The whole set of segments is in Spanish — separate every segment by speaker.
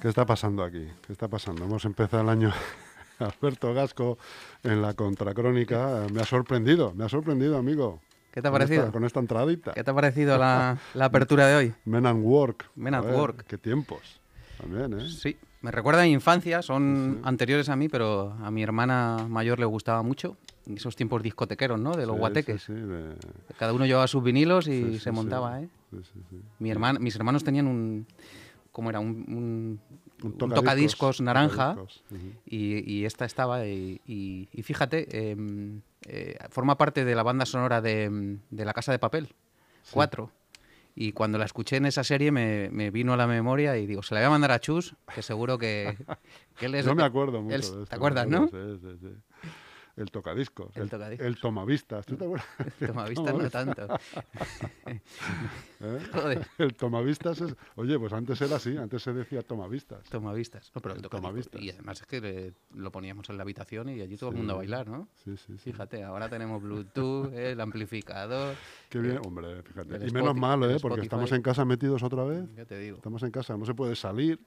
Speaker 1: ¿Qué está pasando aquí? ¿Qué está pasando? Hemos empezado el año Alberto Gasco en la contracrónica. Me ha sorprendido, me ha sorprendido, amigo.
Speaker 2: ¿Qué te ha
Speaker 1: Con esta-
Speaker 2: parecido?
Speaker 1: Con esta entradita.
Speaker 2: ¿Qué te ha parecido la, la apertura de hoy?
Speaker 1: Men and Work.
Speaker 2: Men at
Speaker 1: Joder,
Speaker 2: Work.
Speaker 1: Qué tiempos. También, ¿eh?
Speaker 2: Sí, me recuerda a mi infancia, son
Speaker 1: Sí.
Speaker 2: anteriores a mí, pero a mi hermana mayor le gustaba mucho. Esos tiempos discotequeros, ¿no? De los
Speaker 1: Sí,
Speaker 2: guateques.
Speaker 1: sí, sí, de-
Speaker 2: Cada uno llevaba sus vinilos y
Speaker 1: sí, sí, sí.
Speaker 2: se montaba, ¿eh?
Speaker 1: Sí, sí, sí.
Speaker 2: Mi hermana, mis hermanos tenían un... ¿Cómo era? Un, un- un
Speaker 1: tocadiscos,
Speaker 2: tocadiscos naranja.
Speaker 1: tocadiscos, ujú.
Speaker 2: Y, y esta estaba, y, y- y fíjate, em, eh, forma parte de la banda sonora de, mm, de La Casa de Papel, 4. Y cuando la escuché en esa serie me, me vino a la memoria y digo, se la voy a mandar a Chus, que seguro que, que él es...
Speaker 1: Yo me acuerdo mucho
Speaker 2: él-
Speaker 1: de esto.
Speaker 2: ¿Te
Speaker 1: me
Speaker 2: acuerdas,
Speaker 1: acuerdo,
Speaker 2: no?
Speaker 1: Sí, sí, sí. El tocadiscos.
Speaker 2: El tocadiscos.
Speaker 1: El tomavistas. ¿Tú te acuerdas?
Speaker 2: Tomavistas no tanto.
Speaker 1: ¿Eh?
Speaker 2: Joder,
Speaker 1: El tomavistas es... Oye, pues antes era así. Antes se decía tomavistas.
Speaker 2: tomavistas. No, pero
Speaker 1: El
Speaker 2: el tocadiscos.
Speaker 1: tomavistas.
Speaker 2: Y además es que eh, lo poníamos en la habitación y allí todo el mundo a bailar, ¿no?
Speaker 1: Sí, sí, sí.
Speaker 2: Fíjate, ahora tenemos Bluetooth, el amplificador,
Speaker 1: Qué bien, hombre, fíjate.
Speaker 2: el
Speaker 1: Y menos
Speaker 2: Spotify-
Speaker 1: mal, ¿eh?
Speaker 2: el
Speaker 1: Porque estamos
Speaker 2: Spotify.
Speaker 1: en casa metidos otra vez.
Speaker 2: ya te digo.
Speaker 1: Estamos en casa, no se puede salir.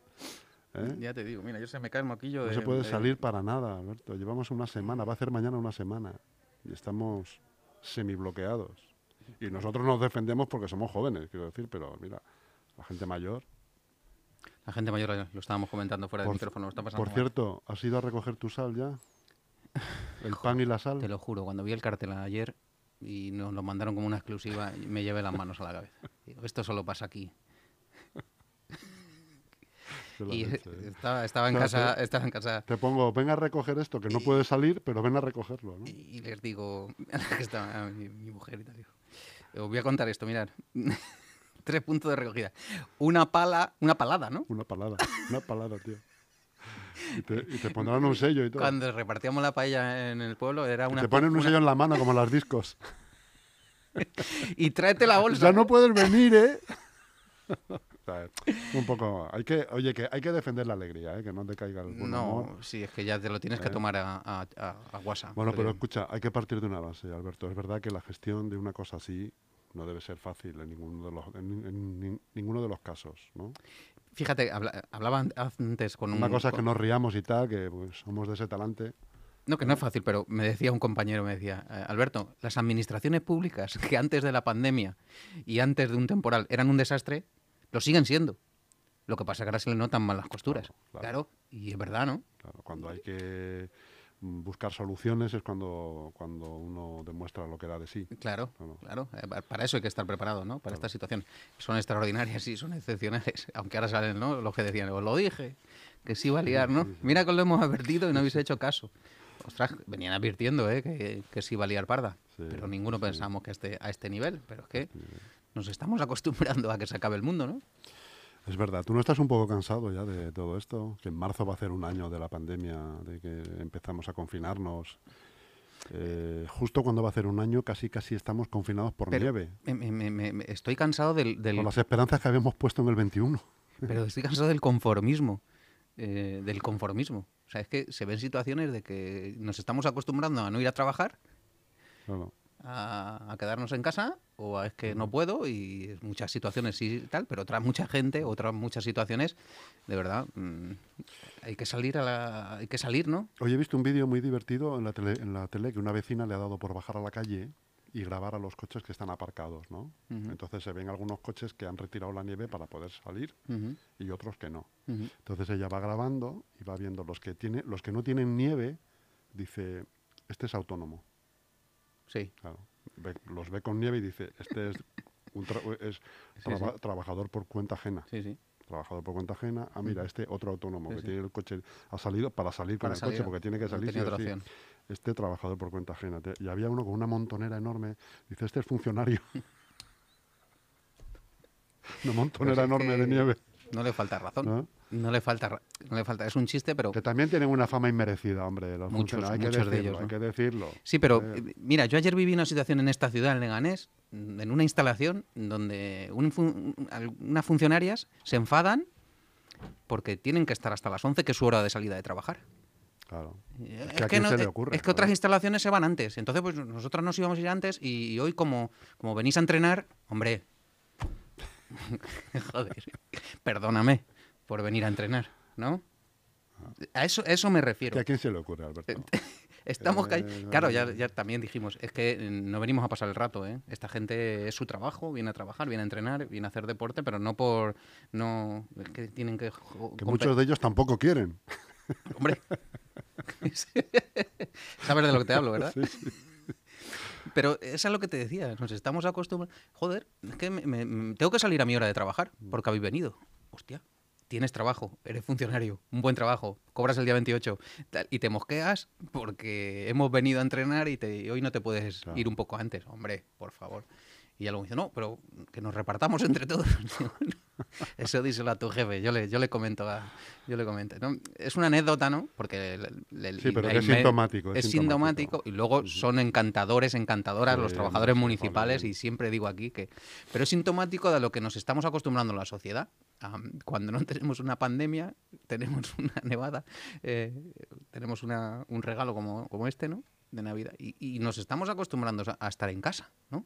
Speaker 1: ¿eh?
Speaker 2: Ya te digo, mira, yo se me cae el moquillo.
Speaker 1: No
Speaker 2: de-
Speaker 1: se puede
Speaker 2: de-
Speaker 1: salir para nada, Alberto. Llevamos una semana, va a ser mañana una semana. Y estamos semibloqueados. Y nosotros nos defendemos porque somos jóvenes, quiero decir, pero mira, la gente mayor.
Speaker 2: La gente mayor eh, lo estábamos comentando fuera del
Speaker 1: Por-
Speaker 2: micrófono, lo está pasando.
Speaker 1: Por
Speaker 2: mal.
Speaker 1: cierto, ¿has ido a recoger tu sal ya? El pan y la sal.
Speaker 2: Te lo juro, cuando vi el cartel ayer y nos lo mandaron como una exclusiva, y me llevé las manos a la cabeza. Digo, Esto solo pasa aquí.
Speaker 1: de la
Speaker 2: Y
Speaker 1: leche, ¿eh?
Speaker 2: estaba, estaba en
Speaker 1: No,
Speaker 2: casa,
Speaker 1: te-
Speaker 2: estaba en casa
Speaker 1: Te pongo, ven a recoger esto, que no puedes salir, pero ven a recogerlo, ¿no?
Speaker 2: y y les digo a la que estaba a mi, mi mujer y tal. Digo, "Eh, os voy a contar esto, mirad. Tres puntos de recogida. Una pala, una palada, ¿no?
Speaker 1: Una palada, una palada, tío. Y te, y te pondrán un sello y todo.
Speaker 2: Cuando repartíamos la paella en el pueblo era
Speaker 1: Y
Speaker 2: una
Speaker 1: te ponen un
Speaker 2: una-
Speaker 1: sello en la mano como en las discos.
Speaker 2: y tráete la bolsa.
Speaker 1: Ya no puedes venir, ¿eh? O sea, un poco. Hay que, oye, que hay que defender la alegría, ¿eh? que no te caiga el buen humor.
Speaker 2: No, sí, es que ya te lo tienes que tomar a, a, a- a guasa.
Speaker 1: Eh. Bueno, pero
Speaker 2: porque-
Speaker 1: escucha, hay que partir de una base, Alberto. Es verdad que la gestión de una cosa así no debe ser fácil en ninguno de los, en- en- en ninguno de los casos, ¿no?
Speaker 2: Fíjate, habla- hablaba an- antes con un...
Speaker 1: Una cosa es que
Speaker 2: con-
Speaker 1: nos riamos y tal, que pues, somos de ese talante.
Speaker 2: No, que no es fácil, pero me decía un compañero, me decía, "Eh, Alberto, las administraciones públicas que antes de la pandemia y antes de un temporal eran un desastre, lo siguen siendo. Lo que pasa es que ahora se le notan mal las costuras. Claro,
Speaker 1: Claro, claro.
Speaker 2: y es verdad, ¿no?
Speaker 1: Claro, cuando hay que mm, buscar soluciones es cuando, cuando uno demuestra lo que da de sí.
Speaker 2: Claro,
Speaker 1: Claro.
Speaker 2: claro. Eh, pa- Para eso hay que estar preparado, ¿no? Para estas situaciones. Son extraordinarias y son excepcionales. Aunque ahora salen, ¿no? Los que decían, os lo dije, que sí iba a liar, ¿no? Mira que os lo hemos advertido y no habéis hecho caso. Ostras, venían advirtiendo, ¿eh? Que, que sí iba a liar parda.
Speaker 1: Sí,
Speaker 2: pero ninguno pensamos que esté a este nivel. Pero es que nos estamos acostumbrando a que se acabe el mundo, ¿no?
Speaker 1: Es verdad, tú no estás un poco cansado ya de todo esto, que en marzo va a ser un año de la pandemia, de que empezamos a confinarnos. Eh, justo cuando va a ser un año, casi casi estamos confinados por
Speaker 2: Pero-
Speaker 1: nieve.
Speaker 2: Me- me- me- me- me- estoy cansado del, del-
Speaker 1: Con las esperanzas que habíamos puesto en el 21.
Speaker 2: Pero estoy cansado del conformismo. eh, del conformismo. O sea, es que se ven situaciones de que nos estamos acostumbrando a no ir a trabajar
Speaker 1: Claro.
Speaker 2: a, a quedarnos en casa o a es que no puedo y muchas situaciones y tal, pero otras mucha gente, otras muchas situaciones, de verdad, mm, hay que salir a la, hay que salir, ¿no?
Speaker 1: Hoy he visto un vídeo muy divertido en la, tele, en la tele que una vecina le ha dado por bajar a la calle y grabar a los coches que están aparcados, ¿no?
Speaker 2: Ujú.
Speaker 1: Entonces se ven algunos coches que han retirado la nieve para poder salir
Speaker 2: Ujú,
Speaker 1: y otros que no.
Speaker 2: ujú.
Speaker 1: Entonces ella va grabando y va viendo los que tiene, los que no tienen nieve, dice, este es autónomo.
Speaker 2: Sí,
Speaker 1: Claro. Ve- los ve con nieve y dice, este es un tra- es
Speaker 2: Sí,
Speaker 1: traba- trabajador por cuenta ajena.
Speaker 2: sí, sí.
Speaker 1: Trabajador por cuenta ajena. Ah, mira, este otro autónomo
Speaker 2: Sí,
Speaker 1: que
Speaker 2: sí.
Speaker 1: tiene el coche, ha salido para salir con
Speaker 2: Para
Speaker 1: el
Speaker 2: salir,
Speaker 1: coche porque tiene que
Speaker 2: no
Speaker 1: salir. sí
Speaker 2: tenía
Speaker 1: o
Speaker 2: otra
Speaker 1: sí.
Speaker 2: opción.
Speaker 1: Este trabajador por cuenta ajena. Te- Y había uno con una montonera enorme. Dice, este es funcionario. una
Speaker 2: Pues
Speaker 1: montonera
Speaker 2: es
Speaker 1: enorme de
Speaker 2: que
Speaker 1: nieve.
Speaker 2: No le falta razón.
Speaker 1: ¿No?
Speaker 2: ¿No? le falta, ra- no le falta, es un chiste, pero
Speaker 1: Que también tienen una fama inmerecida, hombre. Los
Speaker 2: Muchos-
Speaker 1: funcionarios. hay que
Speaker 2: muchos de
Speaker 1: decirlo,
Speaker 2: ellos,
Speaker 1: Hay
Speaker 2: ¿no?
Speaker 1: que decirlo.
Speaker 2: Sí, pero
Speaker 1: Eh,
Speaker 2: eh, mira, yo ayer viví una situación en esta ciudad, en Leganés, mm, en una instalación donde un fun- al- unas funcionarias se enfadan porque tienen que estar hasta las 11, que es su hora de salida de trabajar.
Speaker 1: Claro.
Speaker 2: Eh,
Speaker 1: a quién
Speaker 2: no-
Speaker 1: se le
Speaker 2: eh,
Speaker 1: ocurre,
Speaker 2: es que otras
Speaker 1: ¿no?
Speaker 2: instalaciones se van antes. Entonces, pues nosotras nos íbamos a ir antes y, y hoy, como, como venís a entrenar, hombre, joder, perdóname por venir a entrenar. ¿no? A eso, a eso me refiero.
Speaker 1: ¿Que ¿A quién se le ocurre, Alberto?
Speaker 2: Estamos
Speaker 1: Eh,
Speaker 2: ca-
Speaker 1: no,
Speaker 2: Claro, ya,
Speaker 1: no.
Speaker 2: ya también dijimos, es que eh, no venimos a pasar el rato, ¿eh? Esta gente es su trabajo, viene a trabajar, viene a entrenar, viene a hacer deporte, pero no por... no es que tienen que... jo-
Speaker 1: Que
Speaker 2: compe-
Speaker 1: muchos de ellos tampoco quieren.
Speaker 2: Hombre. Sabes de lo que te hablo, ¿verdad?
Speaker 1: Sí, sí.
Speaker 2: Pero eso es lo que te decía, nos estamos acostumbrados... Joder, es que me- me- me- tengo que salir a mi hora de trabajar,
Speaker 1: Mm.
Speaker 2: porque habéis venido. Hostia, tienes trabajo, eres funcionario, un buen trabajo, cobras el día 28 tal, y te mosqueas porque hemos venido a entrenar y, te- y hoy no te puedes
Speaker 1: Claro.
Speaker 2: ir un poco antes. Hombre, por favor. Y algo dice, no, pero que nos repartamos entre todos. Digo, "No". Eso díselo a tu jefe, yo le, yo le comento a- yo le comento. ¿no? Es una anécdota, ¿no? Porque le- le-
Speaker 1: Sí, pero
Speaker 2: la
Speaker 1: que es
Speaker 2: email-
Speaker 1: sintomático, es
Speaker 2: Es
Speaker 1: sintomático.
Speaker 2: sintomático. Y luego son encantadores, encantadoras
Speaker 1: Sí,
Speaker 2: los trabajadores
Speaker 1: vamos,
Speaker 2: municipales
Speaker 1: vale.
Speaker 2: y siempre digo aquí que... Pero es sintomático de lo que nos estamos acostumbrando la sociedad. Am, cuando no tenemos una pandemia, tenemos una nevada, eh, tenemos una- un regalo como, como este, ¿no? De Navidad. Y, y nos estamos acostumbrando a, a estar en casa, ¿no?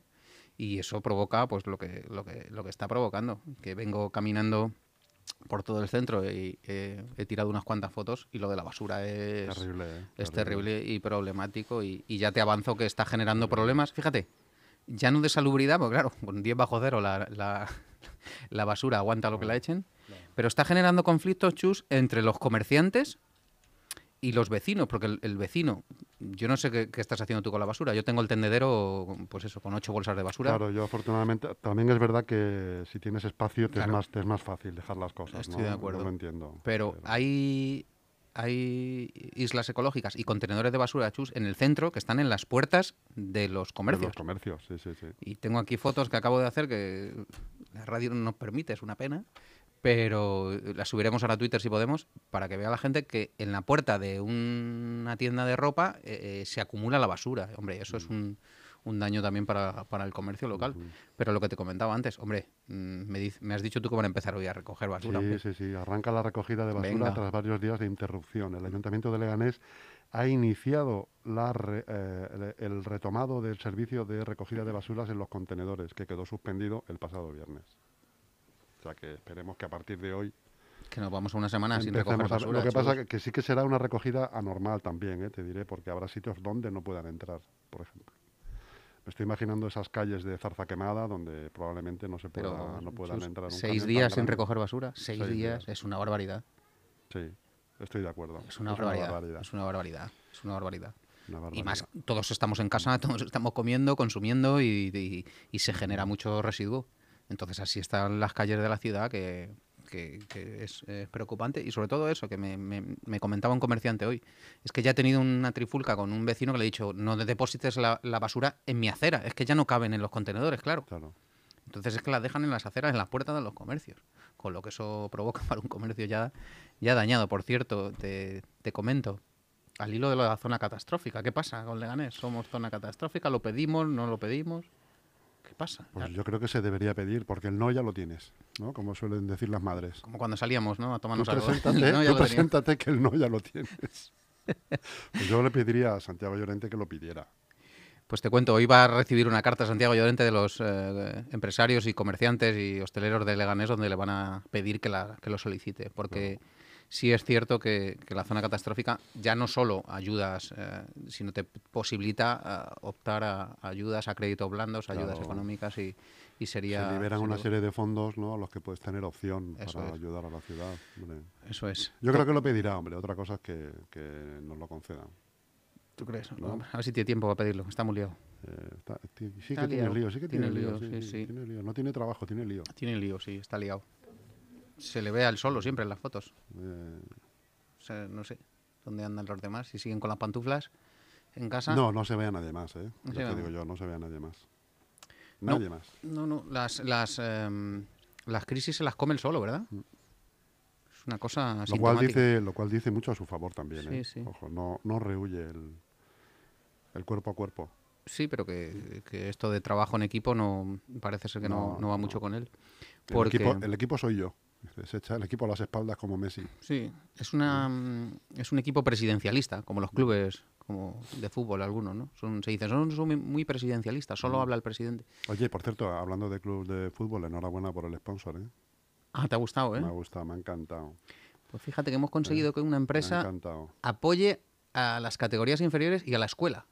Speaker 2: Y eso provoca pues lo que, lo que, lo que está provocando. Que vengo caminando por todo el centro y eh, he tirado unas cuantas fotos y lo de la basura es...
Speaker 1: terrible, ¿eh?
Speaker 2: Es terrible y problemático y, y ya te avanzo que está generando problemas. Fíjate, ya no de salubridad, porque claro, con 10 bajo cero la, la- la basura aguanta lo que la echen, pero está generando conflictos, chus, entre los comerciantes y los vecinos, porque el, el vecino, yo no sé qué, qué estás haciendo tú con la basura, yo tengo el tendedero, pues eso, con ocho bolsas de basura.
Speaker 1: Claro, yo afortunadamente también es verdad que si tienes espacio te,
Speaker 2: Claro.
Speaker 1: es, más, te es más fácil dejar las cosas.
Speaker 2: Estoy
Speaker 1: ¿no?
Speaker 2: de acuerdo.
Speaker 1: Yo lo entiendo.
Speaker 2: Pero hay, hay islas ecológicas y contenedores de basura, chus, en el centro que están en las puertas de los
Speaker 1: De
Speaker 2: comercios.
Speaker 1: los comercios, sí, sí, sí.
Speaker 2: Y tengo aquí fotos que acabo de hacer que la radio no nos permite, es una pena. Pero las subiremos ahora a Twitter si podemos, para que vea la gente que en la puerta de una tienda de ropa eh, eh, se acumula la basura. Hombre, eso
Speaker 1: Mm.
Speaker 2: es un, un daño también para, para el comercio local. Pero lo que te comentaba antes, hombre, mm, me, diz- me has dicho tú que van a empezar hoy a recoger basura.
Speaker 1: Sí,
Speaker 2: hombre.
Speaker 1: sí, sí. Arranca la recogida de basura
Speaker 2: Venga. Mm.
Speaker 1: tras varios días de interrupción. El Ayuntamiento de Leganés ha iniciado la re- eh, el el retomado del servicio de recogida de basuras en los contenedores, que quedó suspendido el pasado viernes. O sea que esperemos que a partir de hoy
Speaker 2: Que nos vamos a una semana sin
Speaker 1: empecemos
Speaker 2: recoger
Speaker 1: a-
Speaker 2: basura.
Speaker 1: Lo que pasa
Speaker 2: chus.
Speaker 1: que, que sí que será una recogida anormal también, ¿eh? te diré, porque habrá sitios donde no puedan entrar, por ejemplo. Me estoy imaginando esas calles de zarza quemada donde probablemente no se pueda,
Speaker 2: Pero,
Speaker 1: no puedan
Speaker 2: chus,
Speaker 1: entrar. un camión
Speaker 2: seis
Speaker 1: tan
Speaker 2: días sin
Speaker 1: grande.
Speaker 2: recoger basura, seis,
Speaker 1: Seis
Speaker 2: días,
Speaker 1: días.
Speaker 2: es una barbaridad.
Speaker 1: Sí, estoy de acuerdo.
Speaker 2: Es una, barbaridad, Es una barbaridad. Es una barbaridad.
Speaker 1: una
Speaker 2: Y
Speaker 1: barbaridad.
Speaker 2: más, todos estamos en casa, todos estamos comiendo, consumiendo y, y- y se genera mucho residuo. Entonces así están las calles de la ciudad que, que- que es, eh, preocupante. Y sobre todo eso, que me, me- me comentaba un comerciante hoy, es que ya he tenido una trifulca con un vecino que le he dicho, no deposites la, la basura en mi acera, es que ya no caben en los contenedores, claro.
Speaker 1: Claro.
Speaker 2: Entonces es que las dejan en las aceras, en las puertas de los comercios. Con lo que eso provoca para un comercio ya, ya dañado. Por cierto, te, te comento, al hilo de la zona catastrófica, ¿qué pasa con Leganés? ¿Somos zona catastrófica? ¿Lo pedimos? ¿No lo pedimos? ¿Qué pasa?
Speaker 1: Pues yo creo que se debería pedir, porque el no ya lo tienes, ¿no? Como suelen decir las madres.
Speaker 2: Como cuando salíamos, ¿no? A
Speaker 1: Tú
Speaker 2: tomarnos algo.
Speaker 1: preséntate,
Speaker 2: No, ya
Speaker 1: tú
Speaker 2: lo tenía.
Speaker 1: preséntate que el no ya lo tienes. Pues yo le pediría a Santiago Llorente que lo pidiera.
Speaker 2: Pues te cuento, hoy va a recibir una carta Santiago Llorente de los eh, empresarios y comerciantes y hosteleros de Leganés donde le van a pedir que, la- que lo solicite, porque sí es cierto que, que la zona catastrófica ya no solo ayudas, eh, sino te posibilita eh, optar a ayudas a créditos blandos, ayudas
Speaker 1: Claro.
Speaker 2: económicas y, y sería...
Speaker 1: Se liberan
Speaker 2: sin
Speaker 1: una
Speaker 2: duda-
Speaker 1: serie de fondos ¿no? a los que puedes tener opción
Speaker 2: Eso
Speaker 1: para
Speaker 2: es.
Speaker 1: ayudar a la ciudad. hombre.
Speaker 2: Eso es.
Speaker 1: Yo creo que lo pedirá, hombre. Otra cosa es que, que nos lo concedan.
Speaker 2: ¿Tú crees?
Speaker 1: ¿no?
Speaker 2: A ver si tiene tiempo para pedirlo, está muy liado.
Speaker 1: Eh, está- ti- sí
Speaker 2: Está
Speaker 1: que tiene
Speaker 2: liado.
Speaker 1: lío, sí que tiene, lío. sí,
Speaker 2: sí, sí.
Speaker 1: sí, tiene lío. No tiene trabajo, tiene lío.
Speaker 2: Tiene lío, sí, está liado. Se le ve al solo siempre en las fotos.
Speaker 1: Eh,
Speaker 2: O sea, no sé dónde andan los demás, si siguen con las pantuflas en casa.
Speaker 1: No, no se ve a nadie más, ¿eh? Ya
Speaker 2: No se ve a
Speaker 1: te digo
Speaker 2: nadie.
Speaker 1: yo, no se ve a nadie más.
Speaker 2: No.
Speaker 1: Nadie más.
Speaker 2: no, no, las, las, em, las crisis se las come el solo, ¿verdad? Es una
Speaker 1: Mm.
Speaker 2: cosa
Speaker 1: Lo cual,
Speaker 2: sintomática.
Speaker 1: dice, lo cual dice mucho a su favor también, ¿eh?
Speaker 2: Sí, sí.
Speaker 1: Ojo, no, no rehuye el, el cuerpo a cuerpo.
Speaker 2: Sí, pero que, que esto de trabajo en equipo no parece ser que no,
Speaker 1: No,
Speaker 2: no va
Speaker 1: no.
Speaker 2: mucho con él.
Speaker 1: El,
Speaker 2: Porque
Speaker 1: equipo, el equipo soy yo. Se echa el equipo a las espaldas como Messi.
Speaker 2: sí, es una mm, es un equipo presidencialista, como los clubes como de fútbol algunos, ¿no? Son, se dicen, son, son muy- muy presidencialistas,
Speaker 1: Mm.
Speaker 2: solo habla el presidente.
Speaker 1: Oye, por cierto, hablando de club de fútbol, enhorabuena por el sponsor, ¿eh?
Speaker 2: Ah, te ha gustado, ¿eh?
Speaker 1: Me ha gustado, me ha encantado.
Speaker 2: Pues fíjate que hemos conseguido que
Speaker 1: Eh,
Speaker 2: una
Speaker 1: Me ha
Speaker 2: empresa
Speaker 1: encantado.
Speaker 2: apoye a las categorías inferiores y a la escuela.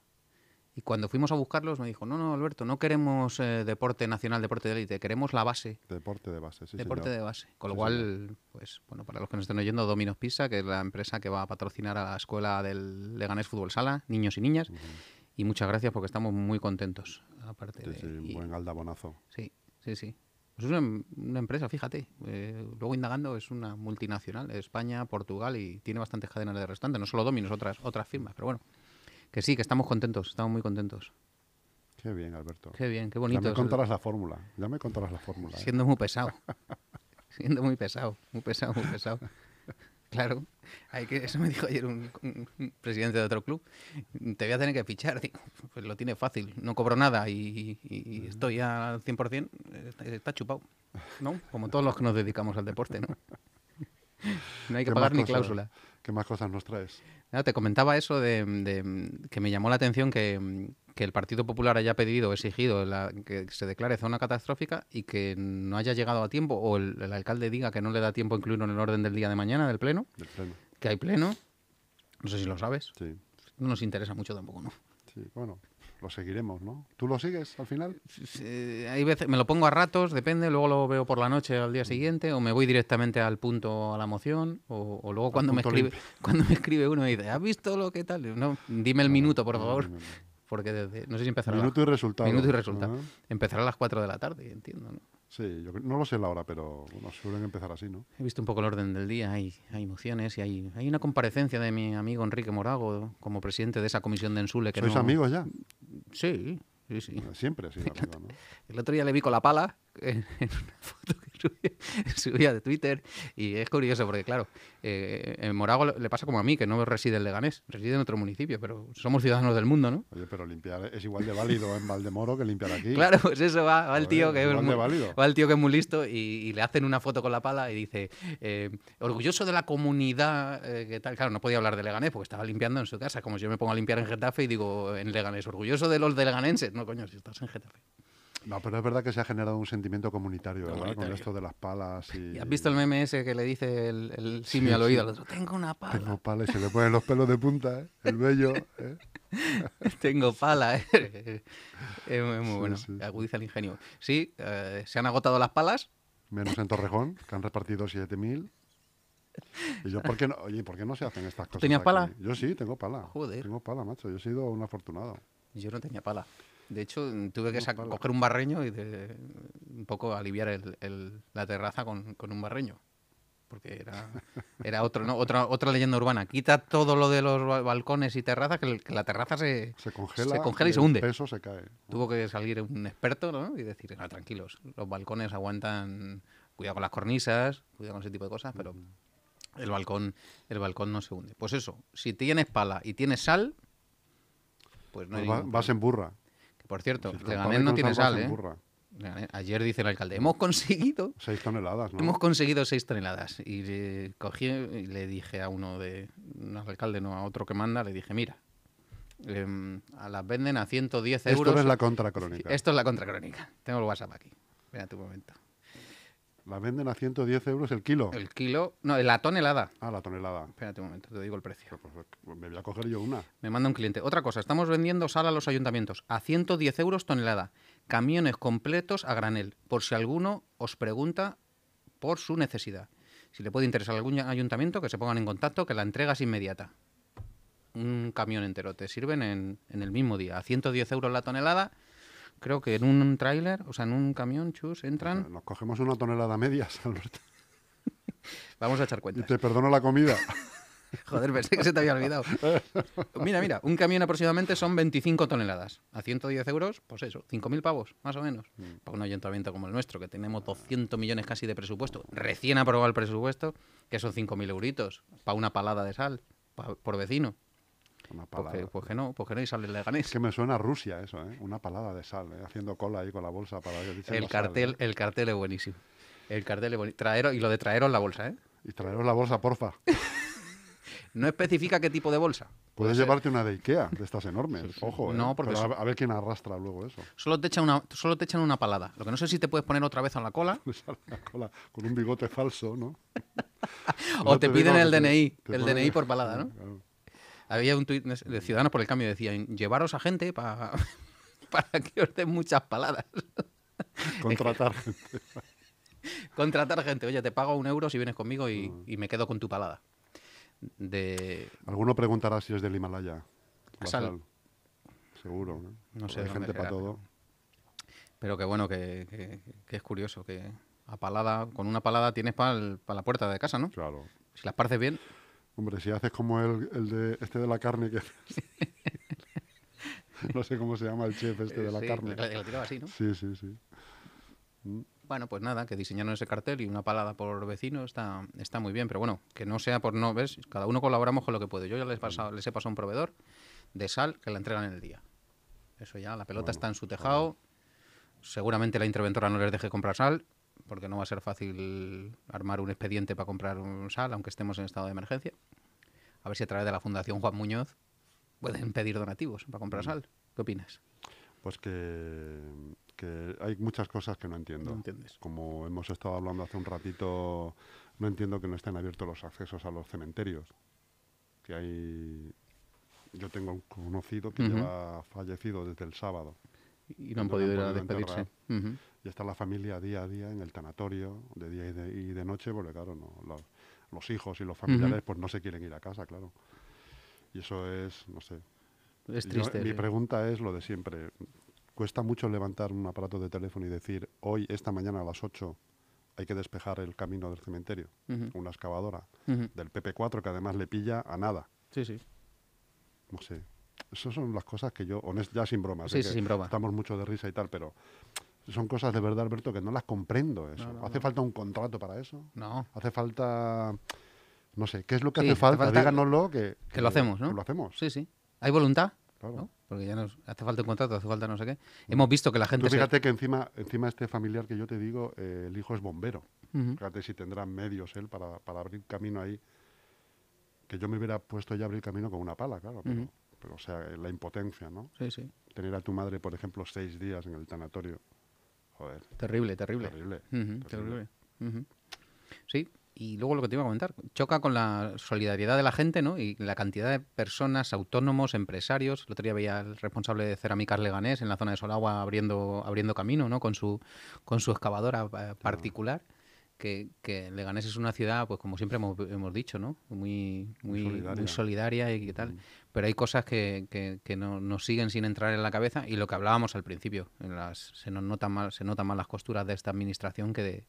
Speaker 2: Y cuando fuimos a buscarlos me dijo, no, no, Alberto, no queremos eh, deporte nacional, deporte de élite, queremos la base,
Speaker 1: Deporte de base, sí,
Speaker 2: deporte
Speaker 1: señor.
Speaker 2: de base. Con lo
Speaker 1: Sí,
Speaker 2: cual, pues bueno, para los que nos estén oyendo, Dominos Pisa, que es la empresa que va a patrocinar a la escuela del Leganés Fútbol Sala, niños y niñas. Y muchas gracias porque estamos muy contentos. Aparte
Speaker 1: Sí,
Speaker 2: de,
Speaker 1: sí, un
Speaker 2: y-
Speaker 1: buen aldabonazo.
Speaker 2: Sí, sí, sí. Pues es una, em- una empresa, fíjate. eh, luego indagando, es una multinacional. España, Portugal y tiene bastantes cadenas de restaurantes. No solo Dominos, otras, otras firmas. Pero bueno, que sí, que estamos contentos. Estamos muy contentos.
Speaker 1: Qué bien, Alberto.
Speaker 2: Qué bien, qué
Speaker 1: ya
Speaker 2: bonito.
Speaker 1: me contarás la fórmula. Ya me contarás la fórmula. ¿eh?
Speaker 2: Siendo muy pesado. Siendo muy pesado, muy pesado, muy pesado. Claro, hay que, eso me dijo ayer un, un- un presidente de otro club. Te voy a tener que fichar. Digo, pues lo tiene fácil, no cobro nada y, y- y estoy al 100%. Está, eh, está chupado, ¿no? Como todos los que nos dedicamos al deporte, ¿no? No hay que
Speaker 1: ¿Qué
Speaker 2: pagar
Speaker 1: más
Speaker 2: ni
Speaker 1: cosas-
Speaker 2: cláusula.
Speaker 1: ¿Qué más cosas nos traes?
Speaker 2: Nada, te comentaba eso de, de- que me llamó la atención que, mm, que el Partido Popular haya pedido, exigido la- que se declare zona catastrófica y que no haya llegado a tiempo, o el, el alcalde diga que no le da tiempo a incluirlo en el orden del día de mañana del pleno,
Speaker 1: Del pleno.
Speaker 2: que hay pleno. No sé si lo sabes.
Speaker 1: Sí,
Speaker 2: No nos interesa mucho tampoco, ¿no?
Speaker 1: sí. Bueno, lo seguiremos, ¿no? ¿Tú lo sigues al final?
Speaker 2: Eh, hay veces, me lo pongo a ratos, depende, luego lo veo por la noche al día siguiente, o me voy directamente al punto a la moción, o, o luego cuando me,
Speaker 1: punto
Speaker 2: escribe, cuando me escribe uno y dice, ¿has visto lo que tal? No, dime el minuto, por
Speaker 1: no,
Speaker 2: favor.
Speaker 1: no, no.
Speaker 2: Porque desde- no sé si empezará. a las-
Speaker 1: Minuto y resultado. Ah.
Speaker 2: Minuto y resultado.
Speaker 1: Ajá.
Speaker 2: Empezará a las 4 de la tarde, entiendo, ¿no?
Speaker 1: Sí, yo cre- no lo sé la hora, pero bueno, suelen empezar así, ¿no?
Speaker 2: He visto un poco el orden del día, hay, hay mociones y hay, hay una comparecencia de mi amigo Enrique Morago como presidente de esa comisión de Ensule. Que
Speaker 1: ¿Sois
Speaker 2: no-
Speaker 1: amigos ya? Pues
Speaker 2: Sí, sí, sí.
Speaker 1: Siempre, sí, amigo, ¿no?
Speaker 2: El otro día le vi con la pala en, en una foto que subía, subía de Twitter y es curioso porque, claro, eh, en Morago le le pasa como a mí, que no reside en Leganés, reside en otro municipio, pero somos ciudadanos del mundo, ¿no?
Speaker 1: Oye, pero limpiar es igual de válido en Valdemoro que limpiar aquí.
Speaker 2: Claro, pues eso va, va el
Speaker 1: Joder,
Speaker 2: tío que
Speaker 1: es
Speaker 2: es
Speaker 1: igual de
Speaker 2: muy,
Speaker 1: válido.
Speaker 2: va el tío que es muy listo y, y le hacen una foto con la pala y dice eh, orgulloso de la comunidad eh, que tal. Claro, no podía hablar de Leganés porque estaba limpiando en su casa, como si yo me pongo a limpiar en Getafe y digo en Leganés orgulloso de los de Leganenses. No coño, si estás en Getafe.
Speaker 1: No, pero es verdad que se ha generado un sentimiento comunitario, ¿verdad? Con
Speaker 2: Comunitario.
Speaker 1: esto de las palas y...
Speaker 2: ¿Y has visto el meme ese que le dice el, el simio al oído al otro? Tengo una pala.
Speaker 1: Tengo palas y se le ponen los pelos de punta, ¿eh? El vello, ¿eh?
Speaker 2: Tengo pala, ¿eh? Es muy muy
Speaker 1: Sí,
Speaker 2: bueno,
Speaker 1: sí, sí.
Speaker 2: agudiza el ingenio. Sí, eh, se han agotado las palas.
Speaker 1: Menos en Torrejón, que han repartido 7.000. Y yo, ¿por qué no? Oye, ¿por qué no se hacen estas cosas?
Speaker 2: tenías
Speaker 1: aquí?
Speaker 2: pala?
Speaker 1: Yo sí, tengo pala.
Speaker 2: Joder.
Speaker 1: Tengo pala, macho. Yo he sido un afortunado.
Speaker 2: Yo no tenía pala. De hecho, mm, tuve que
Speaker 1: No,
Speaker 2: sac-
Speaker 1: pala.
Speaker 2: coger un barreño y de- un poco aliviar el- el- la terraza con, con un barreño. Porque era, era otro, ¿no? otra, otra leyenda urbana. Quita todo lo de los ba- balcones y terrazas, que, el- que la terraza se...
Speaker 1: Se congela,
Speaker 2: Se congela y se
Speaker 1: el
Speaker 2: hunde.
Speaker 1: peso se cae.
Speaker 2: Tuvo que salir un experto ¿no? y decir, "No, tranquilos, los balcones aguantan... Cuidado con las cornisas, cuidado con ese tipo de cosas, pero
Speaker 1: Mm.
Speaker 2: el balcón, el balcón no se hunde. Pues eso, si tienes pala y tienes sal, pues no hay
Speaker 1: Pues va-
Speaker 2: ningún
Speaker 1: vas en burra.
Speaker 2: que, por cierto,
Speaker 1: Si te
Speaker 2: Leganés
Speaker 1: ponen
Speaker 2: no
Speaker 1: con
Speaker 2: tiene
Speaker 1: sal, vas
Speaker 2: sal,
Speaker 1: en
Speaker 2: ¿eh?
Speaker 1: burra.
Speaker 2: Leganés- Ayer dice el alcalde, hemos conseguido,
Speaker 1: Seis toneladas, ¿no?
Speaker 2: hemos conseguido seis toneladas. Y le cogí y le dije a uno de, no al alcalde, no, a otro que manda, le dije, mira, em, a las venden a 110
Speaker 1: Esto
Speaker 2: euros.
Speaker 1: no es la contracrónica.
Speaker 2: Esto es la contracrónica. Tengo el WhatsApp aquí. Espérate un momento.
Speaker 1: La venden a 110 euros el kilo.
Speaker 2: El kilo, no, la tonelada.
Speaker 1: Ah, la tonelada.
Speaker 2: Espérate un momento, te digo el precio.
Speaker 1: Pues, pues, me voy a coger yo una.
Speaker 2: Me manda un cliente. Otra cosa, estamos vendiendo sal a los ayuntamientos a 110 euros tonelada. Camiones completos a granel, por si alguno os pregunta por su necesidad. Si le puede interesar algún ya- ayuntamiento, que se pongan en contacto, que la entrega es inmediata. Un camión entero, te sirven en, en el mismo día. A 110 euros la tonelada, creo que en un tráiler, o sea, en un camión, chus, entran.
Speaker 1: Nos cogemos una tonelada media, Alberto.
Speaker 2: Vamos a echar
Speaker 1: Y
Speaker 2: cuentas.
Speaker 1: te perdono la comida.
Speaker 2: Joder, pensé que se te había olvidado. Mira, mira, un camión aproximadamente son 25 toneladas. A 110 euros, pues eso, 5.000 pavos, más o menos. Para un ayuntamiento como el nuestro, que tenemos 200 millones casi de presupuesto, recién aprobado el presupuesto, que son 5.000 euritos, para una palada de sal, pa- por vecino.
Speaker 1: Una
Speaker 2: Pues que,
Speaker 1: palada.
Speaker 2: pues que no, pues que no, y sale el
Speaker 1: Es
Speaker 2: Leganés.
Speaker 1: que me suena a Rusia eso, ¿eh? Una palada de sal, ¿eh? Haciendo cola ahí con la bolsa para que echen
Speaker 2: El
Speaker 1: la sal,
Speaker 2: cartel,
Speaker 1: ¿eh?
Speaker 2: el cartel es buenísimo. El cartel es buenísimo. Traeros, y lo de traeros la bolsa, ¿eh?
Speaker 1: Y traeros la bolsa, porfa.
Speaker 2: No especifica qué tipo de bolsa.
Speaker 1: Puedes
Speaker 2: ser-
Speaker 1: llevarte una de Ikea, de estas enormes. Ojo, ¿eh?
Speaker 2: No, porque
Speaker 1: Pero
Speaker 2: eso-
Speaker 1: a, a ver quién arrastra luego eso.
Speaker 2: Solo te, echan una, solo te echan una palada. Lo que no sé si te puedes poner otra vez a la cola
Speaker 1: Le sale la cola con un bigote falso, ¿no?
Speaker 2: o te, piden el
Speaker 1: digo que Ah, te-
Speaker 2: DNI,
Speaker 1: te
Speaker 2: el
Speaker 1: ponen-
Speaker 2: DNI por balada, ¿no?
Speaker 1: Claro.
Speaker 2: Había un tuit de Ciudadanos por el Cambio, decían, llevaros a gente pa- para que os den muchas paladas.
Speaker 1: Contratar.
Speaker 2: Contratar gente, oye, te pago un euro si vienes conmigo y,
Speaker 1: Mm.
Speaker 2: y me quedo con tu palada. De...
Speaker 1: Alguno preguntará si es del Himalaya. la
Speaker 2: Sal.
Speaker 1: sal. Seguro. ¿no?
Speaker 2: No sé
Speaker 1: Hay
Speaker 2: de dónde
Speaker 1: gente para
Speaker 2: será.
Speaker 1: todo.
Speaker 2: Pero que bueno, que, que- que es curioso, que a palada, con una palada tienes para la puerta de casa, ¿no?
Speaker 1: Claro.
Speaker 2: Si las parces bien,
Speaker 1: Hombre, si haces como el, el de este de la carne que no sé cómo se llama el chef este de la
Speaker 2: eh, sí,
Speaker 1: carne.
Speaker 2: la- la tiraba así, ¿no?
Speaker 1: Sí, sí, sí.
Speaker 2: Bueno, pues nada, que diseñaron ese cartel y una palada por vecino está, está muy bien, pero bueno, que no sea por no, ¿ves? Cada uno colaboramos con lo que puede. Yo ya les, he pasado- les he pasado un proveedor de sal que la entregan en el día. Eso ya, la pelota está en su tejado. Seguramente la interventora no les deje comprar sal, porque no va a ser fácil armar un expediente para comprar un sal, aunque estemos en estado de emergencia. A ver si a través de la Fundación Juan Muñoz pueden pedir donativos para comprar sal. ¿Qué opinas?
Speaker 1: Pues que, que hay muchas cosas que no entiendo.
Speaker 2: No entiendes.
Speaker 1: Como hemos estado hablando hace un ratito, no entiendo que no estén abiertos los accesos a los cementerios. Que hay. Yo tengo un conocido que
Speaker 2: Ujú.
Speaker 1: lleva fallecido desde el sábado. No
Speaker 2: Y no han
Speaker 1: la han
Speaker 2: podido ir a
Speaker 1: podido
Speaker 2: despedirse. Ujú.
Speaker 1: Y está la familia día a día en el tanatorio, de día y de, y de noche, porque claro, no, los, los hijos y los familiares pues no se quieren ir a casa, claro. Y eso es, no sé.
Speaker 2: Es
Speaker 1: Yo-
Speaker 2: triste. ¿eh?
Speaker 1: mi
Speaker 2: sí.
Speaker 1: pregunta es lo de siempre. Cuesta mucho levantar un aparato de teléfono y decir, hoy, esta mañana a las 8, hay que despejar el camino del cementerio.
Speaker 2: Ujú.
Speaker 1: Una excavadora
Speaker 2: Ujú.
Speaker 1: del PP4 que además le pilla a nada.
Speaker 2: Sí, sí.
Speaker 1: No sé. Esas son las cosas que yo, honest, ya sin bromas.
Speaker 2: Sí,
Speaker 1: sé
Speaker 2: sí,
Speaker 1: que
Speaker 2: sin broma.
Speaker 1: Estamos mucho de risa y tal, pero son cosas de verdad, Alberto, que no las comprendo. Eso.
Speaker 2: No, no,
Speaker 1: ¿Hace
Speaker 2: no.
Speaker 1: falta un contrato para eso?
Speaker 2: No.
Speaker 1: ¿Hace falta.? No sé, ¿qué es lo que
Speaker 2: Sí,
Speaker 1: hace
Speaker 2: hace
Speaker 1: falta?
Speaker 2: falta-
Speaker 1: Díganoslo que,
Speaker 2: Que lo hacemos, ¿no?
Speaker 1: que lo hacemos.
Speaker 2: Sí, sí. Hay voluntad,
Speaker 1: Claro.
Speaker 2: ¿no? Porque ya nos hace falta un contrato, hace falta no sé qué. Hemos visto que la gente
Speaker 1: Tú
Speaker 2: se-
Speaker 1: fíjate que encima, encima este familiar que yo te digo, eh, el hijo es bombero.
Speaker 2: Ujú.
Speaker 1: Fíjate si tendrá medios él para, para abrir camino ahí. Que yo me hubiera puesto ya a abrir camino con una pala, claro. Pero,
Speaker 2: Ujú.
Speaker 1: pero, o sea, la impotencia, ¿no?
Speaker 2: Sí, sí.
Speaker 1: Tener a tu madre, por ejemplo, seis días en el tanatorio. Joder,
Speaker 2: Terrible, terrible.
Speaker 1: terrible.
Speaker 2: Ujú,
Speaker 1: Terrible.
Speaker 2: terrible. Ujú. Sí. Y luego lo que te iba a comentar, choca con la solidaridad de la gente, ¿no? Y la cantidad de personas, autónomos, empresarios. El otro día veía al responsable de Cerámicas Leganés en la zona de Solagua abriendo, abriendo camino, ¿no? Con su, con su excavadora eh, particular. Que, que Leganés es una ciudad, pues como siempre hemos, hemos dicho, ¿no? Muy,
Speaker 1: Muy
Speaker 2: muy, muy solidaria.
Speaker 1: solidaria.
Speaker 2: y qué tal. Pero hay cosas que, que- que no- nos siguen sin entrar en la cabeza y lo que hablábamos al principio. en las- se nos notan mal, se notan mal las costuras de esta administración que de,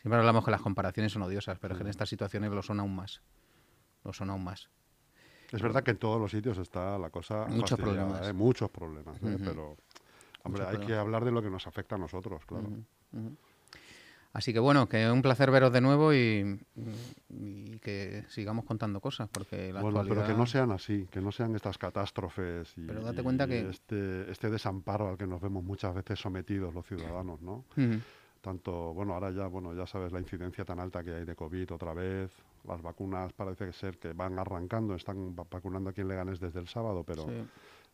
Speaker 2: Siempre hablamos que las comparaciones son odiosas, pero es que en estas situaciones lo son aún más. Lo son aún más.
Speaker 1: Es verdad que en todos los sitios está la cosa.
Speaker 2: Muchos
Speaker 1: fastidiada,
Speaker 2: problemas.
Speaker 1: ¿eh? Muchos problemas, ¿eh?
Speaker 2: Ujú.
Speaker 1: Pero, hombre,
Speaker 2: Muchos
Speaker 1: hay que
Speaker 2: problemas.
Speaker 1: hablar de lo que nos afecta a nosotros, claro.
Speaker 2: Así que bueno, que un placer veros de nuevo y, y que sigamos contando cosas, porque la
Speaker 1: Bueno, pero
Speaker 2: actualidad...
Speaker 1: que no sean así, que no sean estas catástrofes y,
Speaker 2: Pero date
Speaker 1: y
Speaker 2: cuenta que-
Speaker 1: este, este desamparo al que nos vemos muchas veces sometidos los ciudadanos, ¿no?
Speaker 2: Ujú.
Speaker 1: Tanto, bueno, ahora ya, bueno, ya sabes la incidencia tan alta que hay de COVID otra vez, las vacunas parece ser que van arrancando, están va- vacunando a quien le ganes desde el sábado, pero,
Speaker 2: Sí.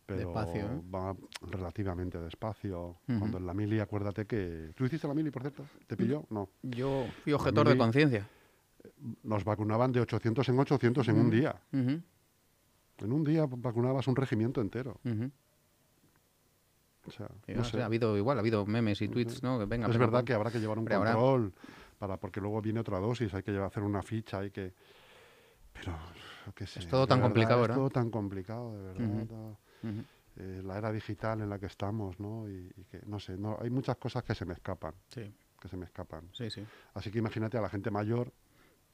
Speaker 1: pero
Speaker 2: Despacio, ¿eh?
Speaker 1: va relativamente despacio.
Speaker 2: Ujú.
Speaker 1: Cuando en la mili, acuérdate que... ¿Tú hiciste la mili, por cierto? ¿Te pilló?
Speaker 2: Mm.
Speaker 1: No.
Speaker 2: Yo
Speaker 1: Pues
Speaker 2: fui objetor de
Speaker 1: mí-
Speaker 2: conciencia.
Speaker 1: Nos vacunaban de 800 en 800 en un día.
Speaker 2: Ujú,
Speaker 1: En un día vacunabas un regimiento entero.
Speaker 2: ujú.
Speaker 1: O sea,
Speaker 2: Y
Speaker 1: no
Speaker 2: ahora sí,
Speaker 1: sé.
Speaker 2: ha habido igual, ha habido memes y tweets, ¿no? Que venga,
Speaker 1: es
Speaker 2: pero-
Speaker 1: verdad que habrá que llevar un
Speaker 2: Hombre, habrá-
Speaker 1: control para porque luego viene otra dosis, hay que llevar, hacer una ficha, hay que pero yo qué sé,
Speaker 2: Es todo
Speaker 1: de
Speaker 2: tan
Speaker 1: verdad,
Speaker 2: complicado, ¿verdad?
Speaker 1: Es todo tan complicado, de verdad.
Speaker 2: Ujú.
Speaker 1: da-
Speaker 2: Ujú.
Speaker 1: eh, la era digital en la que estamos, ¿no? Y, y que no sé, no, hay muchas cosas que se me escapan,
Speaker 2: Sí,
Speaker 1: que se me escapan.
Speaker 2: sí, sí.
Speaker 1: Así que imagínate a la gente mayor,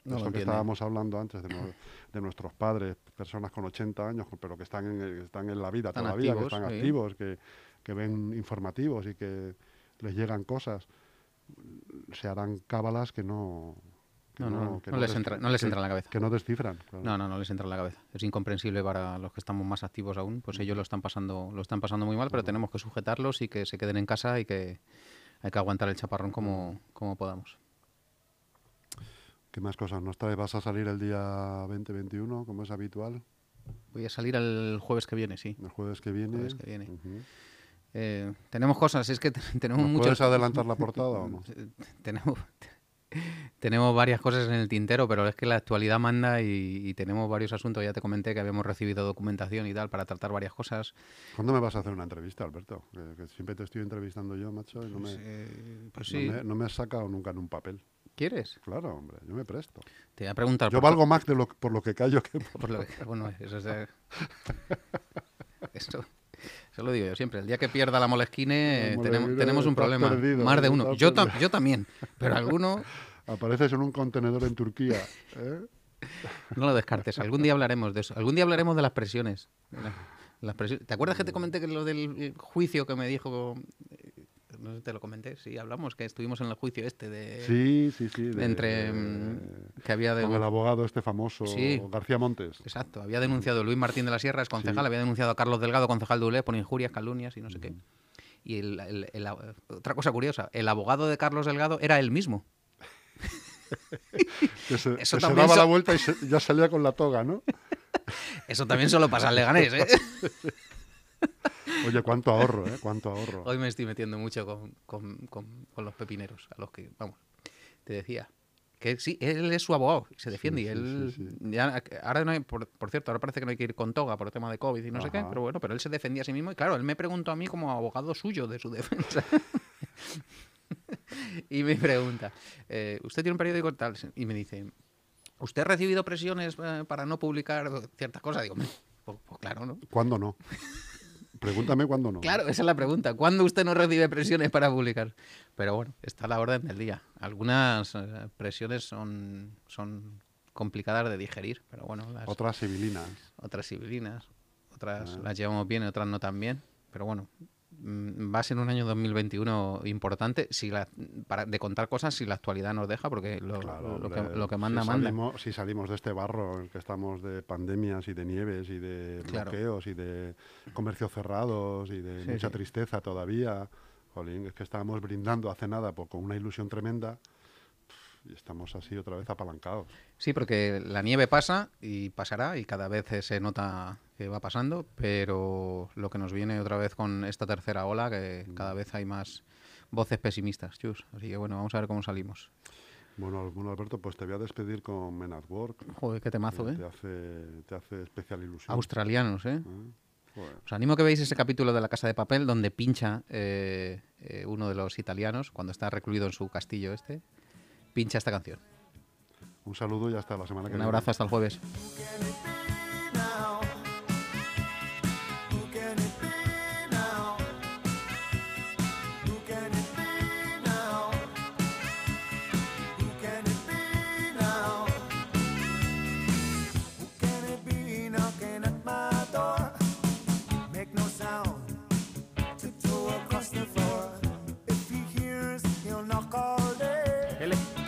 Speaker 2: No lo
Speaker 1: esto que
Speaker 2: entiende.
Speaker 1: estábamos hablando antes de, nue- de nuestros padres, personas con 80 años, pero que están en, el- que están en la vida
Speaker 2: Están
Speaker 1: todavía,
Speaker 2: activos,
Speaker 1: que están
Speaker 2: sí.
Speaker 1: activos, que, que ven informativos y que les llegan cosas. Se harán cábalas que no. que
Speaker 2: No, no, no,
Speaker 1: que
Speaker 2: no les
Speaker 1: des-
Speaker 2: entra- no les
Speaker 1: que-
Speaker 2: entra en la cabeza.
Speaker 1: Que no descifran. claro.
Speaker 2: No, no, no les entra en la cabeza. Es incomprensible para los que estamos más activos aún, pues ellos lo están pasando, lo están pasando muy mal, pero tenemos que sujetarlos y que se queden en casa y que hay que aguantar el chaparrón como, como podamos.
Speaker 1: ¿Qué más cosas nos traes? ¿Vas a salir el día 20-21, como es habitual?
Speaker 2: Voy a salir el jueves que viene, sí.
Speaker 1: El jueves que viene.
Speaker 2: Jueves que viene.
Speaker 1: Ujú.
Speaker 2: Eh, tenemos cosas, es que te- tenemos
Speaker 1: ¿Nos
Speaker 2: muchos
Speaker 1: ¿Puedes adelantar la portada o no?
Speaker 2: tenemos tenemos varias cosas en el tintero, pero es que la actualidad manda y, y tenemos varios asuntos. Ya te comenté que habíamos recibido documentación y tal para tratar varias cosas.
Speaker 1: ¿Cuándo me vas a hacer una entrevista, Alberto? Que, que siempre te estoy entrevistando yo, macho, y no me,
Speaker 2: Pues, eh, pues
Speaker 1: no
Speaker 2: sí.
Speaker 1: me- no me has sacado nunca en un papel.
Speaker 2: ¿Quieres?
Speaker 1: Claro, hombre, yo me presto.
Speaker 2: Te voy a preguntar.
Speaker 1: Yo
Speaker 2: por-
Speaker 1: valgo más de lo, por lo que callo que por...
Speaker 2: por lo que- bueno, eso, es de- eso- eso lo digo yo siempre. El día que pierda la molesquine, eh,
Speaker 1: La
Speaker 2: tenemos,
Speaker 1: Moleskine
Speaker 2: tenemos un
Speaker 1: está
Speaker 2: problema.
Speaker 1: perdido, ¿eh?
Speaker 2: Más de
Speaker 1: está
Speaker 2: uno. Yo, tam-
Speaker 1: perdido.
Speaker 2: yo también, pero alguno
Speaker 1: Apareces en un contenedor en Turquía. ¿eh?
Speaker 2: no lo descartes. Algún día hablaremos de eso. Algún día hablaremos de las presiones. De las- las presi- ¿Te acuerdas que te comenté que lo del eh, juicio que me dijo... eh, No sé, te lo comenté, sí, hablamos, que estuvimos en el juicio este de...
Speaker 1: Sí, sí, sí. de-
Speaker 2: entre...
Speaker 1: de-
Speaker 2: mm, que había de...
Speaker 1: con el abogado este famoso,
Speaker 2: Sí.
Speaker 1: García Montes.
Speaker 2: Exacto, había denunciado Luis Martín de la Sierra, es concejal, había denunciado a Carlos Delgado, concejal de ULE, por injurias, calumnias y no sé qué. Y el- el- el ab- otra cosa curiosa, el abogado de Carlos Delgado era él mismo.
Speaker 1: Que se,
Speaker 2: Eso
Speaker 1: que se
Speaker 2: también
Speaker 1: daba
Speaker 2: so-
Speaker 1: la vuelta y se- ya salía con la toga, ¿no?
Speaker 2: Eso también solo pasa en Leganés, ¿eh?
Speaker 1: Oye, cuánto ahorro, ¿eh? Cuánto ahorro.
Speaker 2: Hoy me estoy metiendo mucho con, con- con- con los pepineros, a los que, vamos, te decía. Que sí, él es su abogado, y se defiende. y
Speaker 1: sí,
Speaker 2: él,
Speaker 1: sí, sí.
Speaker 2: ya- ahora no hay- por, por cierto, ahora parece que no hay que ir con toga por tema de COVID y no sé qué,
Speaker 1: Ajá.
Speaker 2: pero bueno, pero él se defendía a sí mismo y claro, él me preguntó a mí como abogado suyo de su defensa. y me pregunta, eh, ¿usted tiene un periódico tal? Y me dice, ¿usted ha recibido presiones eh, para no publicar ciertas cosas? Digo, "Hombre, pues- pues claro, ¿no?
Speaker 1: ¿Cuándo no? Pregúntame cuándo no.
Speaker 2: Claro, esa es la pregunta. ¿Cuándo usted no recibe presiones para publicar? Pero bueno, está a la orden del día. Algunas eh, presiones son, son complicadas de digerir, pero bueno, las,
Speaker 1: Otras civilinas.
Speaker 2: otras sibilinas,
Speaker 1: Ah.
Speaker 2: otras las llevamos bien, otras no tan bien. Pero bueno, mm, va a ser un año 2021 importante si la, para, de contar cosas si la actualidad nos deja, porque lo,
Speaker 1: Claro,
Speaker 2: lo que,
Speaker 1: hombre,
Speaker 2: lo que manda,
Speaker 1: si
Speaker 2: manda.
Speaker 1: Salimos, si salimos de este barro en el que estamos de pandemias y de nieves y de
Speaker 2: Claro.
Speaker 1: bloqueos y de comercios cerrados y de
Speaker 2: Sí,
Speaker 1: mucha
Speaker 2: sí.
Speaker 1: tristeza todavía, jolín, es que estábamos brindando hace nada por, con una ilusión tremenda y estamos así otra vez apalancados.
Speaker 2: Sí, porque la nieve pasa y pasará y cada vez eh, se nota que va pasando, pero lo que nos viene otra vez con esta tercera ola, que cada vez hay más voces pesimistas, chus. Así que bueno, vamos a ver cómo salimos.
Speaker 1: Bueno, bueno, Alberto, pues te voy a despedir con Men at Work. que
Speaker 2: Joder, qué temazo, ¿eh?
Speaker 1: te, hace, te hace especial ilusión.
Speaker 2: Australianos, ¿eh?
Speaker 1: ¿eh? Joder.
Speaker 2: Os animo a que veáis ese capítulo de La Casa de Papel donde pincha eh, eh, uno de los italianos cuando está recluido en su castillo este. Pincha esta canción.
Speaker 1: Un saludo y hasta la semana que
Speaker 2: Un
Speaker 1: viene.
Speaker 2: abrazo, hasta el jueves.
Speaker 3: now? Who can it be now? Who can it be now? Who can it be now? Who can it be knocking at my door? Make no sound. Tiptoe across the floor. If he hears, he'll knock all day.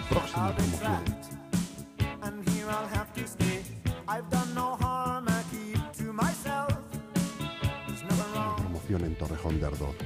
Speaker 1: Próxima
Speaker 3: I'll be
Speaker 1: promoción.
Speaker 3: trapped, and here I'll have to stay. I've done no harm, I keep to myself. There's nothing wrong.
Speaker 1: Promoción en Torrejón de Ardor.